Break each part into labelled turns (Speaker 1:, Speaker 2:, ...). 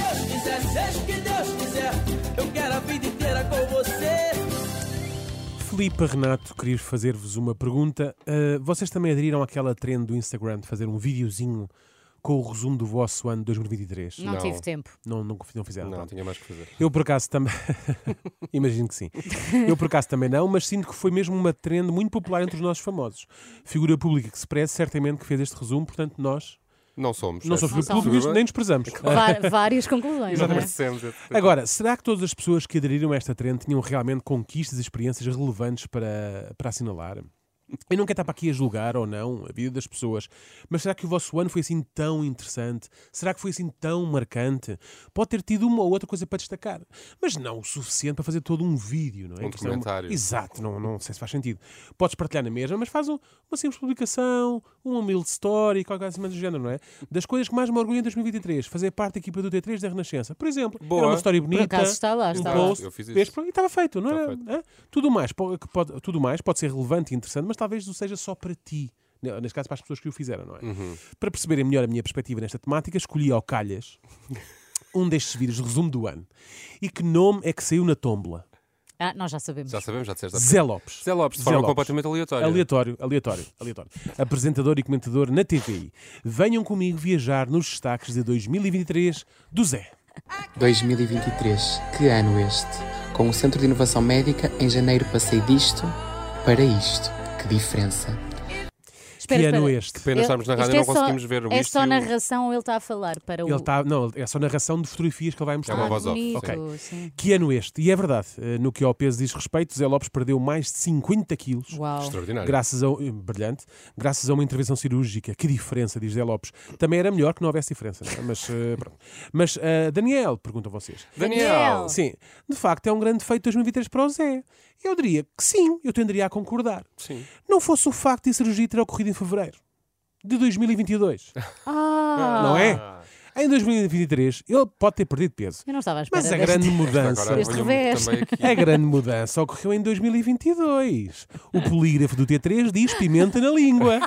Speaker 1: Seja o que Deus quiser, eu quero a vida inteira com você.
Speaker 2: Filipe Renato, queria fazer-vos uma pergunta. Ah, vocês também aderiram àquela trend do Instagram de fazer um videozinho com o resumo do vosso ano 2023?
Speaker 3: Não,
Speaker 4: Não.
Speaker 3: tive tempo.
Speaker 2: Não, não, não fizeram.
Speaker 4: Não,
Speaker 2: pronto.
Speaker 4: tinha mais que fazer.
Speaker 2: Eu por acaso também. Imagino que sim. Eu por acaso também não, mas sinto que foi mesmo uma trend muito popular entre os nossos famosos. Figura pública que se preze, certamente que fez este resumo, portanto nós
Speaker 4: Não somos. é
Speaker 2: não
Speaker 4: essa
Speaker 2: somos
Speaker 3: somos.
Speaker 2: públicos nem nos prezamos.
Speaker 3: Va- várias conclusões. não é?
Speaker 4: Exatamente. dissemos essa coisa.
Speaker 2: Agora, será que todas as pessoas que aderiram a esta trend tinham realmente conquistas e experiências relevantes para, para assinalar? Eu não quero estar para aqui a julgar ou não a vida das pessoas, mas será que o vosso ano foi assim tão interessante? Será que foi assim tão marcante? Pode ter tido uma ou outra coisa para destacar, mas não o suficiente para fazer todo um vídeo, não é?
Speaker 4: Um
Speaker 2: Que isto é uma-
Speaker 4: documentário.
Speaker 2: Exato, não, não sei se faz sentido. Podes partilhar na mesma, mas faz um- uma simples publicação, uma humilde story, qualquer coisa assim do género, não é? Das coisas que mais me orgulho em 2023, fazer parte da equipa do T3 da Renascença, por exemplo. Era
Speaker 4: Boa.
Speaker 2: uma história bonita.
Speaker 3: acaso está lá, está
Speaker 2: um
Speaker 3: lá.
Speaker 2: post,
Speaker 4: Eu fiz isso.
Speaker 2: vês, pronto, E estava feito, não
Speaker 4: Está
Speaker 2: era?
Speaker 4: feito.
Speaker 2: Hã? Tudo, mais, po- que pode, tudo mais pode ser relevante e interessante, mas talvez o seja só para ti. N- Neste caso, para as pessoas que o fizeram, não é?
Speaker 4: Uhum.
Speaker 2: Para perceberem melhor a minha perspectiva nesta temática, escolhi ao calhas um destes vídeos, resumo do ano. E que nome é que saiu na tómbola?
Speaker 3: Ah, nós já sabemos.
Speaker 4: Já sabemos, já disseste. há
Speaker 2: Zé Lopes.
Speaker 4: Zé Lopes, de forma completamente aleatória.
Speaker 2: Aleatório, aleatório, aleatório. Apresentador e comentador na TVI. Venham comigo viajar nos destaques de 2023 do Zé.
Speaker 5: 2023, que ano este? Com o Centro de Inovação Médica, em janeiro passei disto para isto. Que diferença!
Speaker 3: Espera,
Speaker 2: que ano é
Speaker 3: espera.
Speaker 2: este?
Speaker 4: Pena
Speaker 3: Eu-
Speaker 4: estarmos na
Speaker 3: isto
Speaker 4: rádio e não
Speaker 3: é só-
Speaker 4: conseguimos ver o
Speaker 3: É
Speaker 4: isto
Speaker 3: só
Speaker 4: e o-
Speaker 3: narração ou ele está a falar para o.
Speaker 2: Ele está. Não, é só narração de fotografias que ele vai
Speaker 4: É
Speaker 2: mostrar.
Speaker 4: uma
Speaker 3: Ah,
Speaker 4: voz off,
Speaker 3: bonito,
Speaker 2: ok.
Speaker 3: sim.
Speaker 2: Que ano este? E é verdade, eh, no que ao peso diz respeito, Zé Lopes perdeu mais de 50 quilos.
Speaker 3: Uau.
Speaker 4: Extraordinário.
Speaker 2: Graças a, eh, brilhante, graças a uma intervenção cirúrgica. Que diferença, diz Zé Lopes. Também era melhor que não houvesse diferença, não é? mas eh, pronto. Mas, eh, Daniel, perguntam vocês.
Speaker 3: Daniel.
Speaker 2: Sim, de facto é um grande feito 2023 para o Zé. Eu diria que sim, eu tenderia a concordar.
Speaker 4: Sim.
Speaker 2: Não fosse o facto de a cirurgia ter ocorrido em fevereiro de 2022,
Speaker 3: Ah,
Speaker 2: não é? Em 2023 ele pode ter perdido peso,
Speaker 3: Eu não estava à espera.
Speaker 2: mas a
Speaker 3: desta.
Speaker 2: grande
Speaker 4: Agora é
Speaker 2: mudança.
Speaker 3: Este
Speaker 4: olha-me
Speaker 3: revés.
Speaker 4: também aqui.
Speaker 2: A grande mudança ocorreu em 2022. O polígrafo do T3 diz pimenta na língua.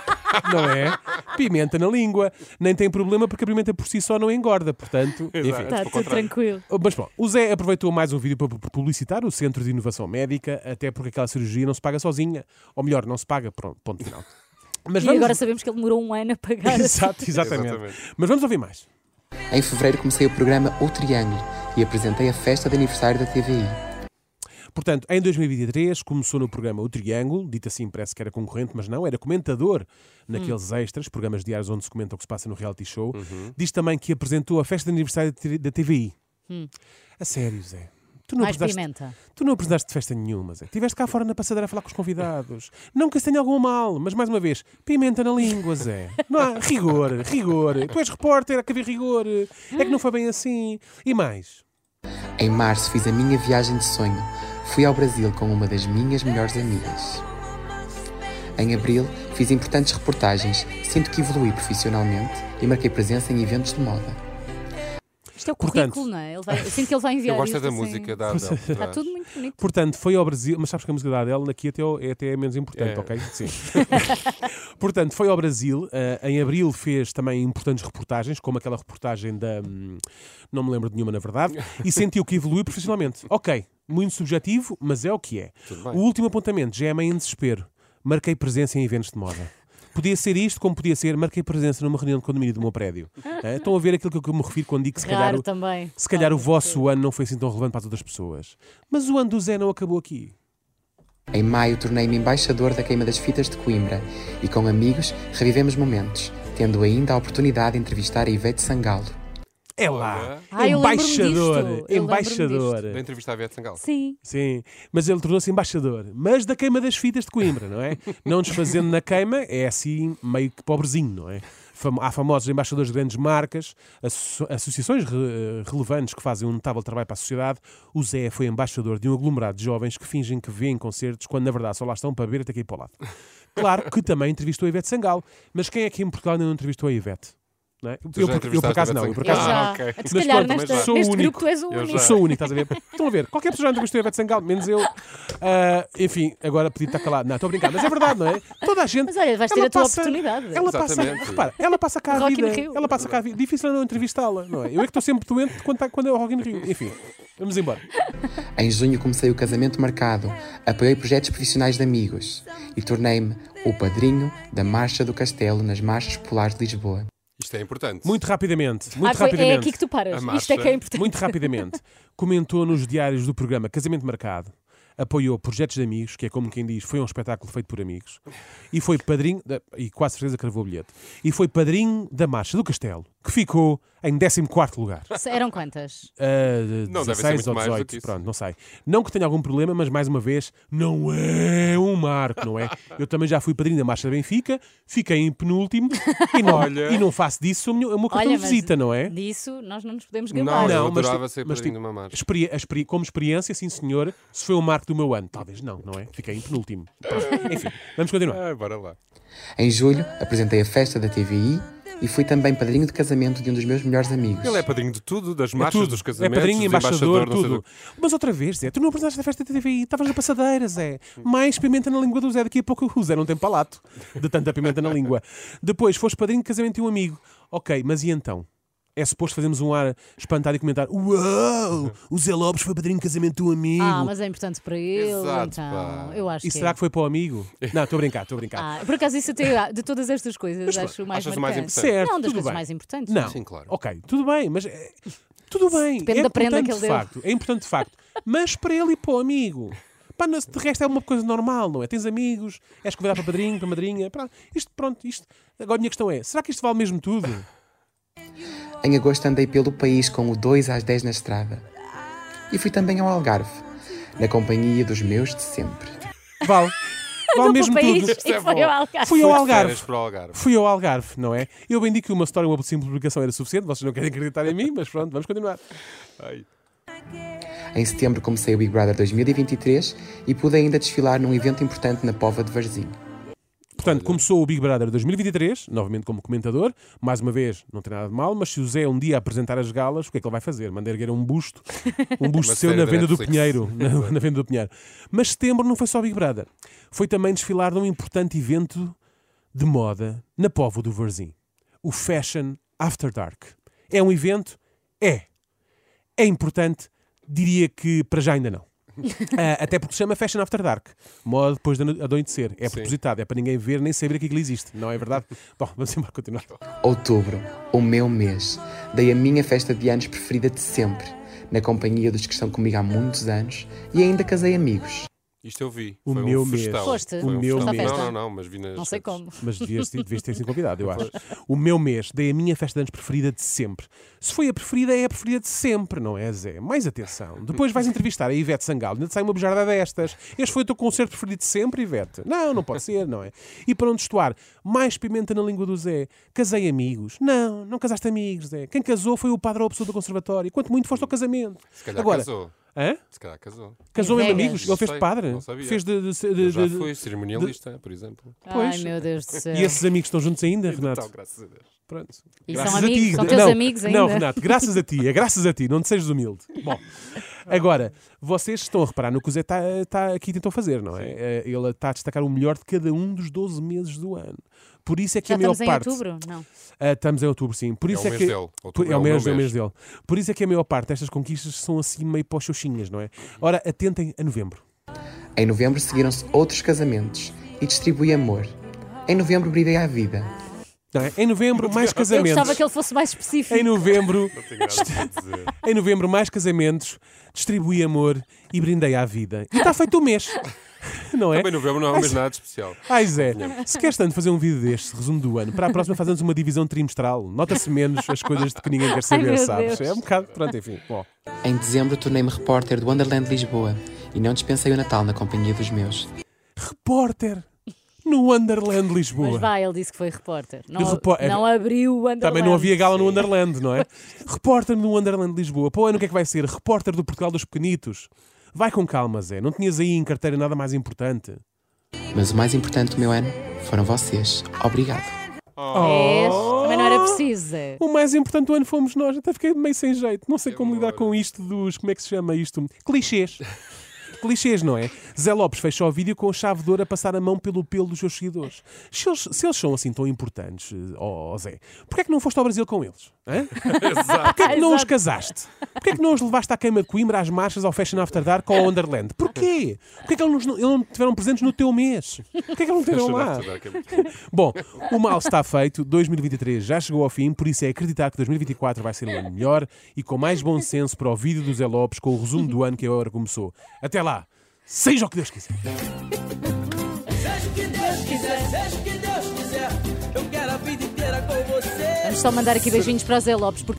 Speaker 2: Não é? Pimenta na língua. Nem tem problema porque a pimenta por si só não engorda. Portanto, enfim.
Speaker 3: Está
Speaker 4: Ao
Speaker 3: tudo
Speaker 4: contrário.
Speaker 3: tranquilo.
Speaker 2: Oh, Mas bom, o Zé aproveitou mais um vídeo para publicitar o Centro de Inovação Médica, até porque aquela cirurgia não se paga sozinha. Ou melhor, não se paga. Pronto, ponto final. Mas
Speaker 3: E agora sabemos que ele demorou um ano a pagar.
Speaker 2: Exato, exatamente.
Speaker 4: Exatamente.
Speaker 2: Mas vamos ouvir mais.
Speaker 5: Em fevereiro comecei o programa O Triângulo e apresentei a festa de aniversário da TVI.
Speaker 2: Portanto, em 2023 começou no programa O Triângulo, dito assim parece que era concorrente, mas não, era comentador
Speaker 3: Hum.
Speaker 2: naqueles extras, programas diários onde se comenta o que se passa no reality show. Diz também que apresentou a festa de aniversário da T- da TVI. A sério, Zé. Tu não,
Speaker 3: Hum. Mais
Speaker 2: apresentaste,
Speaker 3: pimenta.
Speaker 2: tu não apresentaste festa nenhuma, Zé. Estiveste cá fora na passadeira a falar com os convidados. Não que isso tenha algum mal, mas mais uma vez, pimenta na língua, Zé. Não há rigor, rigor. Tu és repórter, há que haver rigor. É que não foi bem assim. E mais.
Speaker 5: Em março fiz a minha viagem de sonho. Fui ao Brasil com uma das minhas melhores amigas. Em abril fiz importantes reportagens. Sinto que evolui profissionalmente e marquei presença em eventos de moda.
Speaker 3: Isto é o
Speaker 2: Portanto-
Speaker 3: currículo, não é? Ele vai... Eu sinto que ele vai enviar.
Speaker 4: Eu gosto é
Speaker 3: isto
Speaker 4: da
Speaker 3: assim.
Speaker 4: música da Adele.
Speaker 3: Está tudo muito bonito.
Speaker 2: Portanto, foi ao Brasil, mas sabes que a música da Adele aqui até, é até menos importante,
Speaker 4: É.
Speaker 2: ok? Sim. Portanto, foi ao Brasil. eh, em abril fez também importantes reportagens, como aquela reportagem da. hum, não me lembro de nenhuma, na verdade, e sentiu que evoluiu profissionalmente. Ok, muito subjetivo, mas é o que é.
Speaker 4: bem.
Speaker 2: O último apontamento já é meio em desespero. Marquei presença em eventos de moda. Podia ser isto, como podia ser, marquei presença numa reunião de condomínio do meu prédio. Eh, estão a ver aquilo que eu me refiro quando digo que se calhar.
Speaker 3: Raro
Speaker 2: o-
Speaker 3: também.
Speaker 2: se calhar o vosso ano não foi assim tão relevante para as outras pessoas. Mas o ano do Zé não acabou aqui.
Speaker 5: Em maio tornei-me embaixador da queima das fitas de Coimbra e com amigos revivemos momentos, tendo ainda a oportunidade de entrevistar a Ivete Sangalo.
Speaker 2: É lá.
Speaker 3: Ah, eu lembro-me disto. Eu
Speaker 2: embaixador.
Speaker 3: lembro-me disto.
Speaker 2: Embaixador.
Speaker 4: Da entrevista à Viet Sangal.
Speaker 3: Sim.
Speaker 2: Sim, mas ele tornou-se embaixador. Mas da queima das fitas de Coimbra, não é? Não desfazendo na queima, é assim meio que pobrezinho, não é? Fam- Há famosos embaixadores de grandes marcas, asso- associações re- relevantes que fazem um notável trabalho para a sociedade. O Zé foi embaixador de um aglomerado de jovens que fingem que vêem concertos quando na verdade só lá estão para beber até aqui para o lado. Claro que também entrevistou a Ivete Sangal, mas quem é que em Portugal ainda não entrevistou a Ivete? Não é?
Speaker 4: Tu
Speaker 2: eu, por, eu
Speaker 4: já
Speaker 2: por
Speaker 4: entrevistaste
Speaker 2: acaso
Speaker 4: o
Speaker 2: não, eu por
Speaker 4: Ivete
Speaker 3: Eu
Speaker 2: acaso não.
Speaker 3: já.
Speaker 4: Sangalo? Ah, ok.
Speaker 3: Se
Speaker 2: Mas
Speaker 3: calhar
Speaker 2: pronto,
Speaker 3: neste,
Speaker 2: mas sou
Speaker 3: neste
Speaker 2: único.
Speaker 3: grupo tu és o
Speaker 4: Eu
Speaker 3: único. Ah,
Speaker 4: já.
Speaker 2: Sou o único, estás a ver? Estão a ver, qualquer pessoa já entrevistou a Ivete Sangalo, menos eu. Ah, enfim, agora pedi estar calado. Não, estou a brincar, mas é verdade, não é? Toda a gente.
Speaker 3: Mas olha, vais ter
Speaker 2: ela
Speaker 3: a tua
Speaker 2: passa-
Speaker 3: oportunidade.
Speaker 2: Ela passa,
Speaker 4: Exatamente.
Speaker 2: repara, ela passa cá a
Speaker 3: Rock in
Speaker 2: vida.
Speaker 3: Rio.
Speaker 2: Ela passa cá a vida. Difícil é não entrevistá-la, não é? Eu é que estou sempre doente quando, tá- quando é o Rock in Rio. Enfim, vamos embora.
Speaker 5: Em junho comecei o casamento marcado, apoiei projetos profissionais de amigos e tornei-me o padrinho da Marcha do Castelo nas Marchas Polares de Lisboa.
Speaker 4: Isto é importante.
Speaker 2: Muito rapidamente, muito
Speaker 3: Ah, foi-
Speaker 2: rapidamente.
Speaker 3: é aqui que tu paras.
Speaker 4: A
Speaker 3: Isto é que é
Speaker 4: marcha.
Speaker 3: importante.
Speaker 2: Muito rapidamente, comentou nos diários do programa Casamento Marcado, apoiou projetos de amigos, que é como quem diz, foi um espetáculo feito por amigos, e foi padrinho, da- e quase certeza cravou o bilhete, e foi padrinho da Marcha do Castelo, que ficou em 14 lugar.
Speaker 3: Eram quantas?
Speaker 2: Ah, de
Speaker 4: Não, deve ser
Speaker 2: 16
Speaker 4: muito
Speaker 2: ou
Speaker 4: mais do
Speaker 2: 18,
Speaker 4: que isso.
Speaker 2: pronto, não sei. Não que tenha algum problema, mas mais uma vez, não é um marco, não é? Eu também já fui padrinho da Marcha da Benfica, fiquei em penúltimo e não,
Speaker 4: Olha.
Speaker 2: e não faço disso o meu, o meu cartão
Speaker 3: Olha,
Speaker 2: de
Speaker 3: mas
Speaker 2: visita, não é?
Speaker 3: Disso nós não nos podemos
Speaker 4: Não,
Speaker 3: gabar.
Speaker 4: eu
Speaker 2: Não, mas
Speaker 4: adorava
Speaker 2: tipo-
Speaker 4: ser
Speaker 2: mas tipo-
Speaker 4: padrinho de uma marcha.
Speaker 2: Experi- a experi- como experiência, sim senhor, se foi o marco do meu ano. Talvez não, não é? Fiquei em penúltimo. Pronto, Enfim, vamos continuar.
Speaker 4: Ah, bora lá.
Speaker 5: Em julho apresentei a festa da TVI e fui também padrinho de casamento de um dos meus melhores amigos.
Speaker 4: Ele é padrinho de tudo, das
Speaker 2: É
Speaker 4: marchas,
Speaker 2: tudo.
Speaker 4: dos
Speaker 2: é
Speaker 4: casamentos,
Speaker 2: padrinho,
Speaker 4: do
Speaker 2: embaixador,
Speaker 4: não sei
Speaker 2: tudo.
Speaker 4: do-
Speaker 2: Mas outra vez, Zé, tu não apresentaste da festa da TVI, estavas na passadeira, Zé. Mais pimenta na língua do Zé, daqui a pouco o Zé não tem palato de tanta pimenta na língua. Depois, foste padrinho de casamento de um amigo. Ok, mas e então? É suposto fazermos um ar espantado e comentar: Uau, o Zé Lopes foi padrinho de casamento de um amigo.
Speaker 3: Ah, mas é importante para ele,
Speaker 4: Exato,
Speaker 3: então.
Speaker 4: pá.
Speaker 3: Eu acho
Speaker 2: E
Speaker 3: que
Speaker 2: será
Speaker 3: é.
Speaker 2: que foi para o amigo? Não, estou a brincar, estou a brincar.
Speaker 3: Ah, por acaso isso até, de todas estas coisas, acho o mais
Speaker 4: achas o mais
Speaker 3: marcante.
Speaker 4: importante?
Speaker 2: Certo,
Speaker 3: não, das
Speaker 2: tudo
Speaker 3: coisas
Speaker 2: bem.
Speaker 3: mais importantes.
Speaker 2: Não.
Speaker 4: Sim, claro.
Speaker 2: Ok, tudo bem, mas é, tudo bem.
Speaker 3: Depende
Speaker 2: é
Speaker 3: da prenda
Speaker 2: importante
Speaker 3: que ele
Speaker 2: de
Speaker 3: deu.
Speaker 2: facto, É importante de facto. Mas para ele e para o amigo. Pá, não- de resto é uma coisa normal, não é? Tens amigos, és convidado para padrinho, para madrinha. pá, isto, pronto, isto. Agora a minha questão é: será que isto vale mesmo tudo?
Speaker 5: Em agosto andei pelo país com o 2 às 10 na estrada. E fui também ao Algarve, na companhia dos meus de sempre.
Speaker 2: Vale. Vale mesmo
Speaker 3: Para
Speaker 2: tudo.
Speaker 3: isso,
Speaker 4: Isto é
Speaker 3: e foi
Speaker 4: bom.
Speaker 3: ao Algarve.
Speaker 2: Fui ao
Speaker 4: de
Speaker 2: Algarve.
Speaker 4: férias para o Algarve.
Speaker 2: Fui ao Algarve, não é? Eu bem digo que uma história, uma simples publicação era suficiente, vocês não querem acreditar em mim, mas pronto, vamos continuar.
Speaker 4: Ai.
Speaker 5: Em setembro comecei o Big Brother 2023 e pude ainda desfilar num evento importante na Pova de Varzim.
Speaker 2: Portanto, começou o Big Brother 2023, novamente como comentador. Mais uma vez, não tem nada de mal, mas se o Zé um dia apresentar as galas, o que é que ele vai fazer? Manda erguer um busto, um busto
Speaker 4: Uma
Speaker 2: seu na
Speaker 4: série da
Speaker 2: venda do
Speaker 4: Netflix.
Speaker 2: Pinheiro. Na, na venda do Pinheiro. Mas setembro não foi só Big Brother. Foi também desfilar num importante evento de moda na Povo do Varzim. O Fashion After Dark. É um evento? É. É importante? Diria que para já ainda não. Ah, até porque se chama Fashion After Dark. Moda depois de ano- anoitecer. É propositado, é para ninguém ver nem saber que aquilo existe. Não é verdade? Bom, vamos embora continuar.
Speaker 5: Outubro, o meu mês, dei a minha festa de anos preferida de sempre, na companhia dos que estão comigo há muitos anos e ainda casei amigos.
Speaker 4: Isto eu vi.
Speaker 2: O
Speaker 4: Foi
Speaker 2: meu
Speaker 4: um
Speaker 2: mês.
Speaker 4: festão.
Speaker 3: Foste?
Speaker 4: Foi
Speaker 2: O
Speaker 4: um
Speaker 2: meu
Speaker 4: festão.
Speaker 2: mês.
Speaker 4: Não, não, não, mas vi nas
Speaker 3: Não sei
Speaker 4: redes.
Speaker 3: como.
Speaker 2: Mas devias, ter- devias ter sido convidado, eu acho. O meu mês, dei a minha festa de anos preferida de sempre. Se foi a preferida, é a preferida de sempre, não é, Zé? Mais atenção. Depois vais entrevistar a Ivete Sangalo, ainda te sai uma bujarda destas. Este foi o teu concerto preferido de sempre, Ivete? Não, não pode ser, não é? E para onde estuar? Mais pimenta na língua do Zé. Casei amigos? Não, não casaste amigos, Zé. Quem casou foi o padre ou a pessoa do conservatório. Quanto muito foste ao casamento.
Speaker 4: Se calhar
Speaker 2: Agora,
Speaker 4: casou.
Speaker 2: Hã?
Speaker 4: Se calhar casou.
Speaker 2: Casou mesmo
Speaker 3: Vegas.
Speaker 2: amigos? Ele fez de
Speaker 4: Não sei,
Speaker 2: padre?
Speaker 4: não sabia.
Speaker 2: Fez de... de- de-
Speaker 4: Eu já
Speaker 2: de-
Speaker 4: fui cerimonialista, por exemplo.
Speaker 2: Pois.
Speaker 3: Ai, meu Deus do céu.
Speaker 2: E esses amigos estão juntos ainda, Renato?
Speaker 4: Então, graças a Deus.
Speaker 2: Pronto.
Speaker 3: E
Speaker 2: Graças
Speaker 3: são
Speaker 2: a ti.
Speaker 3: amigos, são
Speaker 2: Não,
Speaker 3: teus
Speaker 2: não,
Speaker 3: amigos ainda.
Speaker 2: Não, Renato, graças a ti, é graças a ti, não te sejas humilde. Bom, agora, vocês estão a reparar no que o Zé está está aqui tentou fazer, não é? Eh, Ele está a destacar o melhor de cada um dos 12 meses do ano. Por isso é que
Speaker 3: Já
Speaker 2: a maior
Speaker 3: estamos em
Speaker 2: parte.
Speaker 3: outubro? Não.
Speaker 2: Ah, estamos em outubro, sim. Por
Speaker 4: É
Speaker 2: isso
Speaker 4: o
Speaker 2: é,
Speaker 4: mês
Speaker 2: que...
Speaker 4: dele. Outubro
Speaker 2: é,
Speaker 4: é
Speaker 2: o
Speaker 4: o
Speaker 2: mês,
Speaker 4: meu
Speaker 2: é o mês
Speaker 4: mês.
Speaker 2: dele. Por isso é que a maior parte destas conquistas são assim meio pós xoxinhas, não é? Ora, atentem a novembro.
Speaker 5: Em novembro seguiram-se outros casamentos e distribuí amor. Em novembro brindei à vida.
Speaker 2: Não é? Em novembro, mais
Speaker 3: Eu
Speaker 2: casamentos.
Speaker 3: gostava que ele fosse mais específico.
Speaker 2: Em novembro,
Speaker 4: Tenho nada a dizer.
Speaker 2: Em novembro, mais casamentos, distribuí amor e brindei à vida. E está feito o mês. Não é? Ah,
Speaker 4: Também novembro não é um mês nada de especial.
Speaker 2: Ai Zé, se queres tanto fazer um vídeo deste, resumo do ano, para a próxima fazemos uma divisão trimestral. Nota-se menos as coisas de que ninguém quer saber,
Speaker 3: meu
Speaker 2: sabes?
Speaker 3: Deus.
Speaker 2: É um bocado, pronto, enfim. Bom,
Speaker 5: Em dezembro tornei-me repórter do Wonderland Lisboa e não dispensei o Natal na companhia dos meus.
Speaker 2: repórter no Wonderland Lisboa.
Speaker 3: Mas vai, ele disse que foi repórter. Não,
Speaker 2: De repó- é-
Speaker 3: não abriu o Wonderland.
Speaker 2: Também não havia gala no Wonderland, não é? Repórter no Wonderland de Lisboa. Para o ano o que é que vai ser? Repórter do Portugal dos Pequenitos. Vai com calma, Zé. Não tinhas aí em carteira nada mais importante.
Speaker 5: Mas o mais importante do meu ano foram vocês. Obrigado.
Speaker 3: És. É,
Speaker 2: Oh.
Speaker 3: Também não era preciso. Zé.
Speaker 2: O mais importante do ano fomos nós. Até fiquei meio sem jeito. Não sei como
Speaker 4: amor.
Speaker 2: lidar com isto dos. Como é que se chama isto? Clichês. Clichês, não é? Zé Lopes fechou o vídeo com a chave de ouro a passar a mão pelo pelo dos seus seguidores. Se eles, se eles são assim tão importantes, eh, ó ó Zé, porquê é que não foste ao Brasil com eles? Hã? Porquê é que não os casaste? Porquê é que não os levaste à queima de Coimbra, às marchas, ao Fashion After Dark ou ao Wonderland? Porquê? Porquê é que eles não, eles não tiveram presentes no teu mês? Porquê é que eles não tiveram lá?
Speaker 4: um-
Speaker 2: Bom, o mal está feito, 2023 já chegou ao fim, por isso é acreditar que 2024 vai ser um ano melhor e com mais bom senso para o vídeo do Zé Lopes com o resumo do ano que agora começou. Até lá, seja o que Deus quiser.
Speaker 1: Seja o que Deus quiser, seja o que Deus quiser, eu quero a vida inteira com você.
Speaker 3: Vamos só mandar aqui beijinhos para o Zé Lopes, porque